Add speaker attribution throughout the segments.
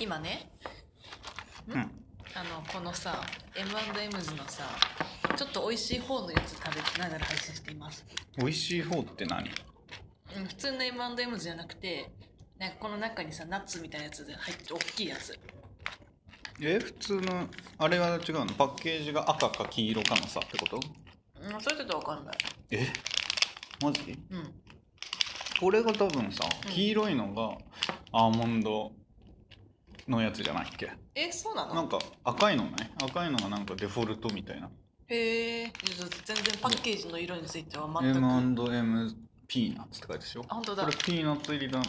Speaker 1: 今ねん
Speaker 2: うん
Speaker 1: あのこのさ M&M's のさちょっと美味しい方のやつ食べながら配信しています、
Speaker 2: 美味しい方って何
Speaker 1: うん、普通の M&M's じゃなくてなんかこの中にさナッツみたいなやつで入ってる大きいやつ
Speaker 2: え普通のあれは違うのパッケージが赤か黄色かのさってこと
Speaker 1: うんそれちょっとわかんない
Speaker 2: えマジ
Speaker 1: うん
Speaker 2: これが多分さ
Speaker 1: うん
Speaker 2: 黄色いのがアーモンドのやつじゃないっけ
Speaker 1: えそうなの
Speaker 2: なんか赤いのね赤いのがなんかデフォルトみたいな
Speaker 1: へえ全然パッケージの色については全く、あ
Speaker 2: M&M ピーナッツって書いてあるでしょ
Speaker 1: あ本当だ
Speaker 2: これピーナッツ入りだ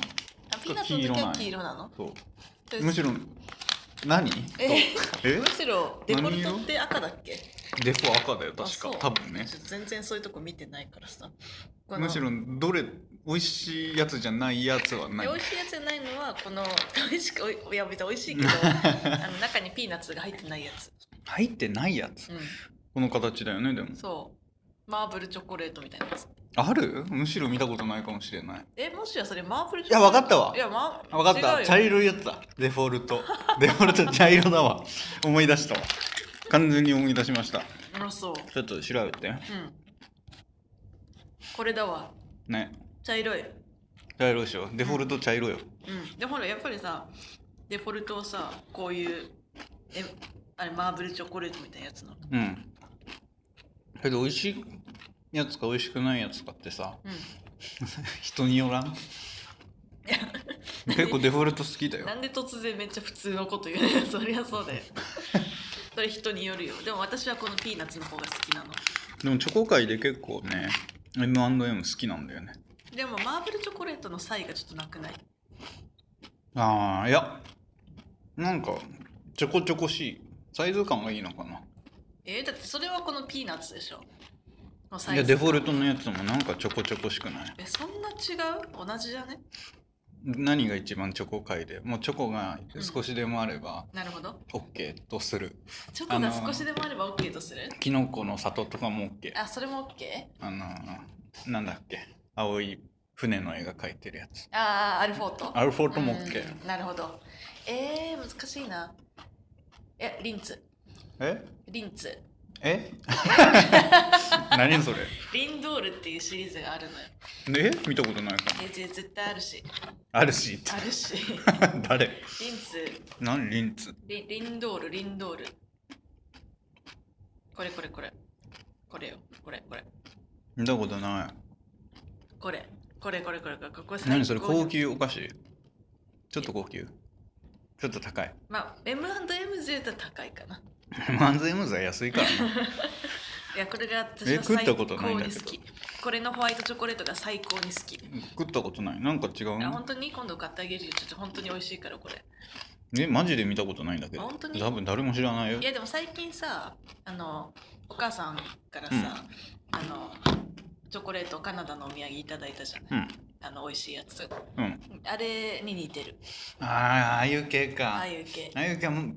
Speaker 1: ピーナッツの時は黄色なの
Speaker 2: そう
Speaker 1: と
Speaker 2: むしろ何
Speaker 1: え
Speaker 2: とえ
Speaker 1: むしろデフォルトって赤だっけ
Speaker 2: デフォ赤だよ
Speaker 1: あ
Speaker 2: 確
Speaker 1: そう
Speaker 2: か多分ね
Speaker 1: ちょっと全然そういうとこ見てないからさこの
Speaker 2: むしろどれ美味しいやつじゃないやつはない
Speaker 1: 美味しいやつじゃないのはこの 美味しくおいや別に美味しいけ どあの中にピーナッツが入ってないやつ、
Speaker 2: 入ってないやつ
Speaker 1: う
Speaker 2: この形だよねでも
Speaker 1: ん、そうマーブルチョコレートみたいなやつ
Speaker 2: あるむしろ見たことないかもしれない
Speaker 1: えもしやそれマーブルチ
Speaker 2: いやわかったわ
Speaker 1: いやま
Speaker 2: あ分かった茶
Speaker 1: 違うよ
Speaker 2: 色いやつだデフォル トデフォルト茶色だわ思い出したわ完全に思い出しました
Speaker 1: あそう
Speaker 2: ちょっと調べて
Speaker 1: うんこれだわ
Speaker 2: ね
Speaker 1: 茶色い
Speaker 2: 茶色でしょデフォルト茶色よ
Speaker 1: うん、でほらやっぱりさデフォルトをさこういうえあれマーブルチョコレートみたいなやつなの
Speaker 2: うんけど美味しいやつか美味しくないやつかってさ
Speaker 1: うん
Speaker 2: 人によら ん結構デフォルト好きだよ
Speaker 1: なんで突然めっちゃ普通のこと言うの そりゃ そうだよそれ人によるよでも私はこのピーナッツの方が好きなの
Speaker 2: でもチョコ界で結構ね M&M 好きなんだよね
Speaker 1: でもマーブルチョコレートの差異がちょっとなくない
Speaker 2: ああいやなんかチョコチョコしいサイズ感がいいのかな
Speaker 1: えーだってそれはこのピーナッツでしょのサ
Speaker 2: い
Speaker 1: イ
Speaker 2: や
Speaker 1: ズ
Speaker 2: デフォルトのやつもなんかチョコチョコしくない
Speaker 1: えそんな違う同じじゃね
Speaker 2: 何が一番チョコ界でもうチョコが少しでもあれば
Speaker 1: なるほど
Speaker 2: OK とする、
Speaker 1: チョコが少しでもあれば OK とする
Speaker 2: キノコの里とかも OK
Speaker 1: あそれも OK?
Speaker 2: あのーなんだっけ青い船の絵が描いてるやつ
Speaker 1: ああアルフォート
Speaker 2: アルフォートも
Speaker 1: うん
Speaker 2: OK、
Speaker 1: なるほどえー、難しいなえリンツ
Speaker 2: え
Speaker 1: リンツ
Speaker 2: え 何それ
Speaker 1: リンドールっていうシリーズがあるのよ
Speaker 2: え見たことないかも
Speaker 1: えぜ絶対あるし
Speaker 2: あるしって
Speaker 1: あるし
Speaker 2: 誰
Speaker 1: リンツ
Speaker 2: 何リンツ
Speaker 1: リリンドールリンドールこれこれこれこれよこれこれ
Speaker 2: 見たことない
Speaker 1: これこれこれこれこれこれこれ
Speaker 2: 何それ
Speaker 1: 最高
Speaker 2: 高級お菓子ちょっと高級ちょっと高い
Speaker 1: まあ M&M と高いかな
Speaker 2: 漫才ムズは安いからな
Speaker 1: いやこれが私
Speaker 2: え
Speaker 1: は
Speaker 2: 食っ
Speaker 1: 最
Speaker 2: た
Speaker 1: 高
Speaker 2: ことないんだ
Speaker 1: に
Speaker 2: けど
Speaker 1: 好きこれのホワイトチョコレートが最高に好き
Speaker 2: 食ったことないなんか違う
Speaker 1: あ
Speaker 2: な
Speaker 1: 本当に今度買ってあげるよちょっと本当に美味しいからこれ
Speaker 2: えマジで見たことないんだけど
Speaker 1: 本当に
Speaker 2: 多分誰も知らないよ
Speaker 1: いやでも最近さあのお母さんからさ、
Speaker 2: うん
Speaker 1: あのチョコレートカナダのお土産いただいたじゃない、
Speaker 2: うん
Speaker 1: あの美味しいやつ
Speaker 2: うん
Speaker 1: あれに似てる
Speaker 2: あーああいう系か
Speaker 1: ああいう系
Speaker 2: ああいう系も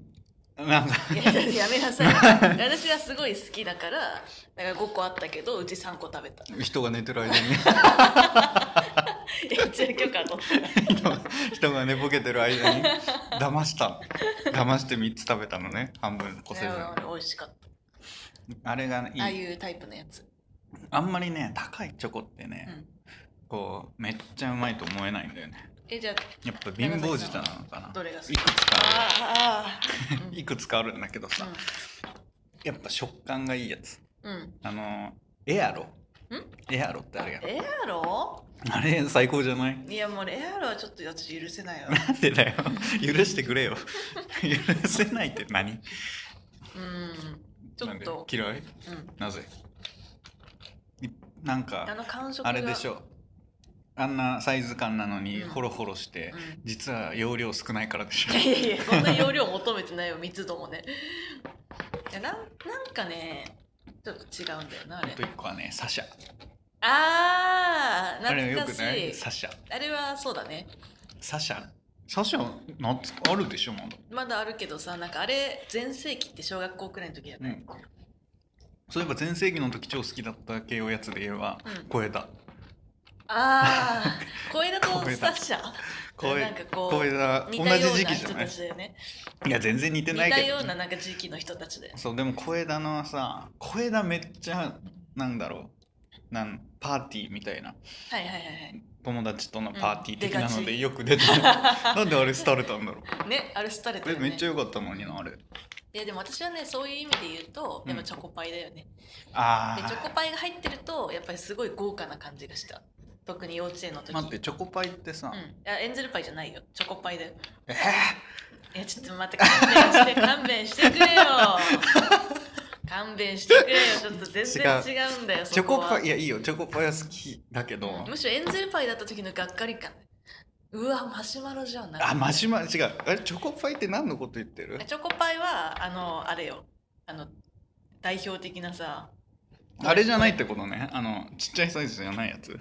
Speaker 2: なんか
Speaker 1: いやちょっとやめなさい私はすごい好きだからだから5個あったけどうち3個食べたい
Speaker 2: 人が寝てる間に
Speaker 1: やうちは許可取ってない
Speaker 2: 人が人が寝ぼけてる 間に騙した騙して3つ食べたのね半分こせず
Speaker 1: あの美味しかった
Speaker 2: あれがねいい
Speaker 1: ああいうタイプのやつ、
Speaker 2: あんまりね高いチョコって
Speaker 1: う
Speaker 2: ね、
Speaker 1: ん、
Speaker 2: こうめっちゃうまいと思えないんだよね
Speaker 1: えじゃ
Speaker 2: やっぱ貧乏舌なのか
Speaker 1: あ
Speaker 2: な
Speaker 1: どれが好き
Speaker 2: いくつかあ
Speaker 1: ああ
Speaker 2: るいくつかあるんだけどさ、やっぱ食感がいいやつ
Speaker 1: あうん、うん、
Speaker 2: あのエアロエアロってあるやん
Speaker 1: エアロ
Speaker 2: あれ最高じゃない
Speaker 1: いやもうエアロはちょっと私許せないわ
Speaker 2: なんでだよ許してくれよ許せないって何
Speaker 1: うんちょ
Speaker 2: な
Speaker 1: っ
Speaker 2: んで
Speaker 1: と、
Speaker 2: 嫌い
Speaker 1: うん、
Speaker 2: なぜいなん
Speaker 1: あ
Speaker 2: か
Speaker 1: の感触が
Speaker 2: あれでしょあんなサイズ感なのに
Speaker 1: うん
Speaker 2: ホロホロして、
Speaker 1: うん
Speaker 2: 実は容量少ないから でしょ
Speaker 1: いやいやいやそんな容量求めてないよ密度もねいやなんなんかねちょっと違うんだよなあ
Speaker 2: あ
Speaker 1: れ
Speaker 2: と一個はねサシャ
Speaker 1: ああ
Speaker 2: あ
Speaker 1: 懐
Speaker 2: れよ
Speaker 1: か
Speaker 2: く
Speaker 1: し
Speaker 2: ない
Speaker 1: い
Speaker 2: サシャ
Speaker 1: あれはそうだね
Speaker 2: サシャサシャ夏あるでしょまだ
Speaker 1: まだあるけどさなんかあれ全盛期って小学校くらいの時だ
Speaker 2: う
Speaker 1: ね、
Speaker 2: んそういえば全盛期の時超好きだった系おやつで言えば、
Speaker 1: うん
Speaker 2: 小枝
Speaker 1: あ あ小枝とスタッシャ
Speaker 2: 声
Speaker 1: なんかこう
Speaker 2: 声が
Speaker 1: 似
Speaker 2: 同
Speaker 1: たよう
Speaker 2: じ時
Speaker 1: な
Speaker 2: 期じ
Speaker 1: 人
Speaker 2: ゃな
Speaker 1: た
Speaker 2: い
Speaker 1: ちだよね
Speaker 2: いや全然似て
Speaker 1: 似
Speaker 2: ない
Speaker 1: た
Speaker 2: けど
Speaker 1: ようななんか時期の人たちで
Speaker 2: そうでも小枝のはさ小枝めっちゃなんだろうなんパーティーみたいな
Speaker 1: はいはいはい
Speaker 2: 友達とのパーティー的な
Speaker 1: うん
Speaker 2: の
Speaker 1: 出が
Speaker 2: で
Speaker 1: ち
Speaker 2: よく出 てるなんであれ廃れたんだろう
Speaker 1: はいねあれ廃れた
Speaker 2: え
Speaker 1: よね
Speaker 2: めっちゃ良かったのになあれ
Speaker 1: いやでも私はねそういう意味で言うと
Speaker 2: うん
Speaker 1: やっぱチョコパイだよね、
Speaker 2: あ
Speaker 1: でチョコ
Speaker 2: あ
Speaker 1: パイが入ってるとやっぱりすごい豪華な感じがした特に幼稚園の時
Speaker 2: 待ってチョコパイってさ、
Speaker 1: うん、いやエンゼルパイじゃないよチョコパイだよ
Speaker 2: え
Speaker 1: いやちょっと待って勘弁して勘弁してくれ よ勘弁してくれよちょっと全然違うんだよ
Speaker 2: ー、
Speaker 1: そ
Speaker 2: チョ
Speaker 1: こ
Speaker 2: コ
Speaker 1: は
Speaker 2: パイいやいいよチョコパイは好きだけど、
Speaker 1: むしろエンゼルパイだった時のがっかり感うわマシュマロじゃない
Speaker 2: あマシュマロ違うあれチョコパイって何のこと言ってる
Speaker 1: チョコパイはあのあれよあの代表的なさ
Speaker 2: あれじゃないってことねあのちっちゃいサイズじゃないやつ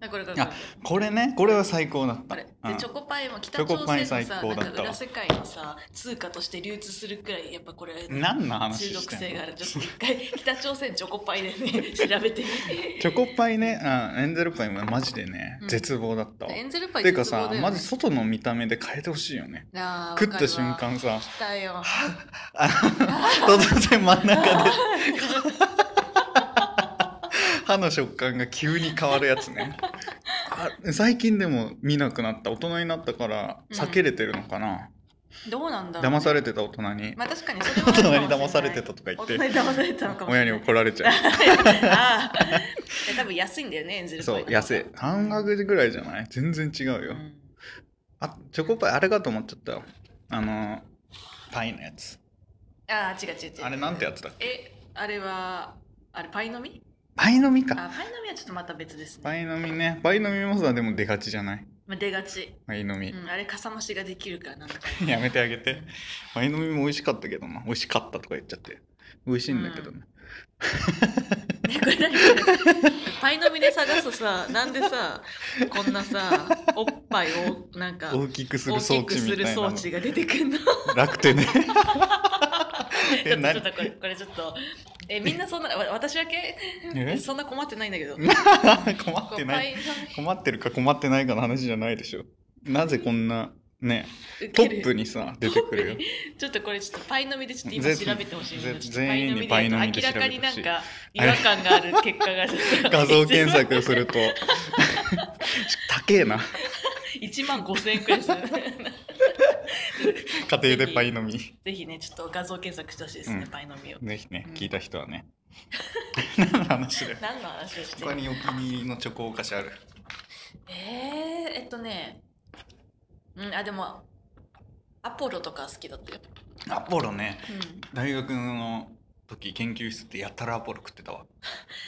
Speaker 1: あこれこれこれ
Speaker 2: あこれねこれは最高だっ
Speaker 1: こ
Speaker 2: た
Speaker 1: れ
Speaker 2: う
Speaker 1: で
Speaker 2: ん
Speaker 1: チョコパイも北
Speaker 2: チョコ
Speaker 1: 朝
Speaker 2: パイ
Speaker 1: 鮮のさ
Speaker 2: 最高
Speaker 1: な
Speaker 2: だったわ
Speaker 1: んか裏世界のさ通貨として流通するくらいやっぱこれ
Speaker 2: 何の話
Speaker 1: 中毒
Speaker 2: して
Speaker 1: 性
Speaker 2: ん
Speaker 1: があ
Speaker 2: の
Speaker 1: るちょっと一回北朝鮮チョコパイでね調べてみて
Speaker 2: チョコパイね、うん、エンゼルパイもマジでね、
Speaker 1: うん
Speaker 2: 絶望だったわ
Speaker 1: エ
Speaker 2: て
Speaker 1: ンゼルパイ
Speaker 2: か
Speaker 1: 絶望
Speaker 2: さ
Speaker 1: だよ
Speaker 2: マ
Speaker 1: ね
Speaker 2: ジ外の見た目で変えてほしいよね
Speaker 1: なあ
Speaker 2: 食った瞬間さ
Speaker 1: 来たよ
Speaker 2: あの突然真ん中で歯の食感が急に変わるや つねあ最近でも見なくなった大人になったから
Speaker 1: うん
Speaker 2: 避けれてるのかな、
Speaker 1: どうなんだろうね
Speaker 2: 騙されてた大人に、
Speaker 1: まあ確かにそれはあるかもしれない
Speaker 2: 大人に騙されてたとか言って
Speaker 1: 大人に騙されてたのかもし
Speaker 2: 親
Speaker 1: れ
Speaker 2: に
Speaker 1: ない
Speaker 2: 怒られち ゃ
Speaker 1: あ あいや多分安いんだよねエンゼ
Speaker 2: う
Speaker 1: ル
Speaker 2: そ
Speaker 1: パイ
Speaker 2: う痩せ半額ぐらいじゃない全然違うよ、
Speaker 1: うん
Speaker 2: あチョコパイあれかと思っちゃったよあのパイのやつ
Speaker 1: ああ違う違う違う
Speaker 2: あれなんてやつだっけ
Speaker 1: えあれはあれパイの実
Speaker 2: パイの実
Speaker 1: あ
Speaker 2: か
Speaker 1: パイの実はちょっとまた別ですね、
Speaker 2: パイの実ねパイの実もさでも出がちじゃない
Speaker 1: まあ、出がち、
Speaker 2: パイの実
Speaker 1: う、ん、あれかさ増しができるからなんか
Speaker 2: やめてあげてパイの実も美味しかったけどな美味しかったとか言っちゃって美味しいんだけどね、
Speaker 1: ねこれ何これ パイの実で探すとさなんでさこんなさおっぱいをなんか
Speaker 2: 大きくする
Speaker 1: 大
Speaker 2: 装
Speaker 1: き
Speaker 2: 置
Speaker 1: くす
Speaker 2: み
Speaker 1: る
Speaker 2: たい
Speaker 1: 装
Speaker 2: なの
Speaker 1: 置が出てくるのち
Speaker 2: 楽て ね
Speaker 1: ょっと
Speaker 2: な
Speaker 1: ちょっとこれこれちょっとえみんなそんなわ私だけ
Speaker 2: え
Speaker 1: そんな困ってないんだけど
Speaker 2: 困
Speaker 1: こ
Speaker 2: っ
Speaker 1: う
Speaker 2: てな
Speaker 1: パ
Speaker 2: い
Speaker 1: イの
Speaker 2: 困ってるか困ってないかの話じゃないでしょなぜこんなね
Speaker 1: 実
Speaker 2: ト
Speaker 1: ウケ
Speaker 2: ッ
Speaker 1: る
Speaker 2: プにさ出てくるよ
Speaker 1: ちょっとこれちょっとパイの実でちょっと今
Speaker 2: ぜ
Speaker 1: 調べてほしいんだけど
Speaker 2: ぜ
Speaker 1: ちょっと
Speaker 2: 全員に
Speaker 1: パイの実
Speaker 2: パイの実で
Speaker 1: で
Speaker 2: 調
Speaker 1: 明ら
Speaker 2: べてほ
Speaker 1: か
Speaker 2: しい
Speaker 1: になんか違和感がある結果が
Speaker 2: 画像検 索すると高えな
Speaker 1: 1万5000円くらいする
Speaker 2: 家庭でパイの実
Speaker 1: ぜひねちょっと画像検索してほしいですね、
Speaker 2: うん
Speaker 1: パイの実を
Speaker 2: ぜひね
Speaker 1: うん
Speaker 2: 聞いた人 はね何の話だよ
Speaker 1: 何の話をして
Speaker 2: 他
Speaker 1: る
Speaker 2: にお気に入りのチョコお菓子ある
Speaker 1: えー、えっとねうんあでもアポロとか好きだったよ、
Speaker 2: アポロね
Speaker 1: うん、
Speaker 2: 大学の時研究室ってやたらアポロ食ってたわ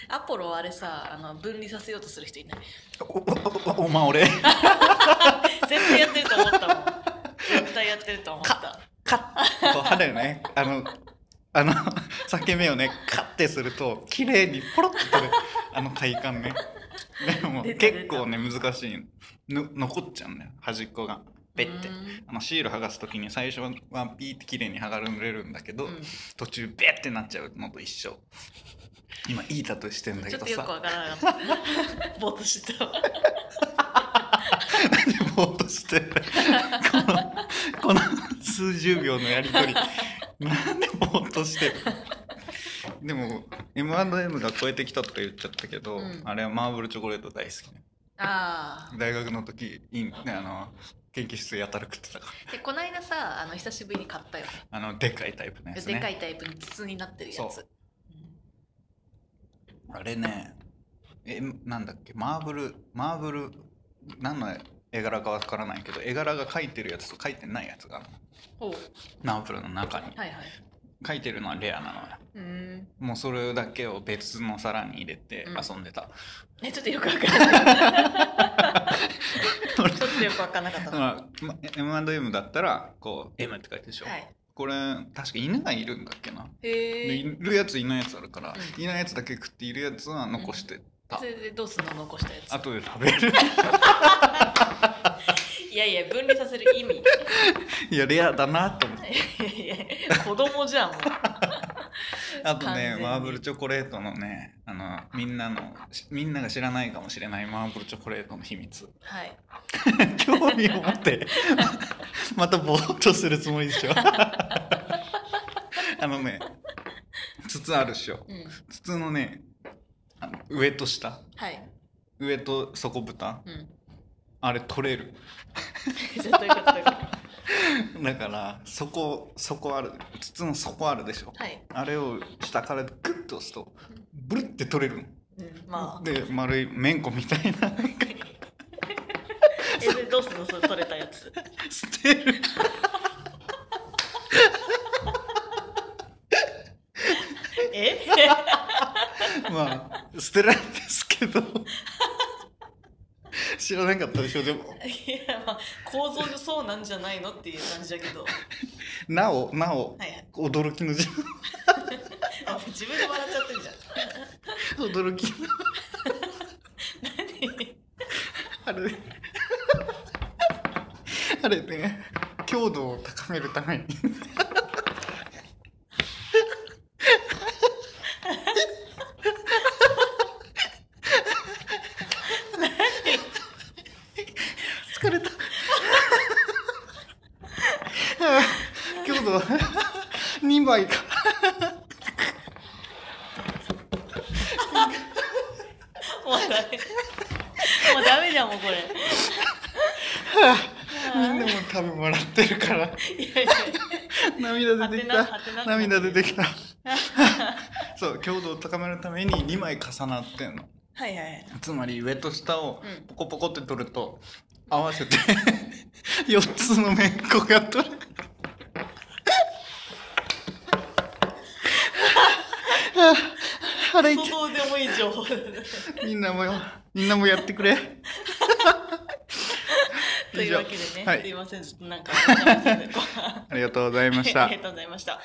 Speaker 1: アポロはあれさあの分離させようとする人いない
Speaker 2: おおおお前俺
Speaker 1: 絶対やってると思ったもん絶対やってると思った
Speaker 2: カッと歯だよねあのあの裂け目をねカッてすると綺麗にポロッと取れるあの快感ねでも
Speaker 1: 出た出た
Speaker 2: 結構ね難しいのの残っちゃうんだよ端っこがペッて
Speaker 1: うん
Speaker 2: あのシール剥がす時に最初はワンピーって綺麗に剥がれるんだけど、
Speaker 1: うん
Speaker 2: 途中ベッてなっちゃうのと一緒今いい例えしてんだ
Speaker 1: ちょ
Speaker 2: け
Speaker 1: っ
Speaker 2: ど
Speaker 1: とよく
Speaker 2: さ
Speaker 1: わからなかった。ぼーっとしてた。
Speaker 2: ぼーっとしてるこのこの数十秒のやりとりなんでぼーっとしてるでも M&M が超えてきたとか言っちゃったけど、
Speaker 1: うん
Speaker 2: あれはマーブルチョコレート大好きね
Speaker 1: あ
Speaker 2: 大学の時インねあの研究室やたら食ってたか
Speaker 1: あ。で、こないださ、あの久しぶりに買ったよ。
Speaker 2: らあのでかいタイプのや
Speaker 1: で
Speaker 2: つね
Speaker 1: かいタイプの筒になってるや
Speaker 2: そ
Speaker 1: つ。
Speaker 2: あれねえなんだっけマーブルマーブル何の絵柄かわからないけど絵柄が描いてるやつと描いてないやつがあるの
Speaker 1: ほう。
Speaker 2: マーブルの中に
Speaker 1: はいはい。
Speaker 2: 描いてるのはレアなのよ
Speaker 1: うーん。
Speaker 2: もうそれだけを別の皿に入れて
Speaker 1: うん
Speaker 2: 遊んでた、
Speaker 1: え、ちょっとよくわからなかった。ちょっとよくわからなかった
Speaker 2: だ
Speaker 1: な。
Speaker 2: か
Speaker 1: は
Speaker 2: らま M&M だったらこう M って書いてるでしょ、
Speaker 1: い。
Speaker 2: これ確か犬がいるんだっけな、で
Speaker 1: へ
Speaker 2: い
Speaker 1: え。
Speaker 2: るやついないやつあるか
Speaker 1: うん
Speaker 2: ら、いないやつだけ食っているやつは残してた、
Speaker 1: それでどうすんの残したやつ。
Speaker 2: 後で食 べる
Speaker 1: いやいや、分離させる意味。
Speaker 2: いやレアだなと思って
Speaker 1: いやいや子供じゃんもう。
Speaker 2: あと
Speaker 1: 完全
Speaker 2: ね
Speaker 1: に
Speaker 2: マーブルチョコレートのねあのみんなのしみんなが知らないかもしれないマーブルチョコレートの秘密
Speaker 1: はい
Speaker 2: 興味を持ってまたぼーっとするつもりで しょあのね筒あるっしょ
Speaker 1: うん
Speaker 2: 筒のねあの上と下
Speaker 1: はい
Speaker 2: 上と底蓋
Speaker 1: うん
Speaker 2: あれ取れる
Speaker 1: じゃあどういうことどういうこと
Speaker 2: だから底底ある筒の底あるでしょ
Speaker 1: はい、
Speaker 2: あれを下からグッと押すとブルって取れるの
Speaker 1: うん、まあ
Speaker 2: で丸いめんこみたいな
Speaker 1: えでどうすんのそれ取れたやつ
Speaker 2: 捨てる
Speaker 1: え
Speaker 2: まあ捨てられるんです けど知らなかったでしょでも
Speaker 1: いやまあ構造上そうなんじゃないのっていう感じだけど、は
Speaker 2: なおなお
Speaker 1: いはい、
Speaker 2: 驚きの自分
Speaker 1: あ自分で笑っちゃってんじゃん
Speaker 2: 驚きの
Speaker 1: 何
Speaker 2: あれ あれね強度を高めるために疲れた強度は2倍か
Speaker 1: もうダメもうダメじゃんもうこれ
Speaker 2: みんなも多分笑ってるから
Speaker 1: いやいや
Speaker 2: 涙出てき
Speaker 1: はてなはてな
Speaker 2: た涙出てきた そう強度を高めるために2枚重なってんの
Speaker 1: はいはい
Speaker 2: つまり上と下を
Speaker 1: うん
Speaker 2: ポコポコって取ると合わせて 4つの面こが取 れる腹痛い
Speaker 1: 想像でもいい情報だ ね
Speaker 2: みんなもよみんなもやってくれ
Speaker 1: というわけでね、
Speaker 2: 以上は
Speaker 1: すいませ
Speaker 2: い、
Speaker 1: んずっとなんか あ
Speaker 2: ありがとうございまし た
Speaker 1: りがとうございました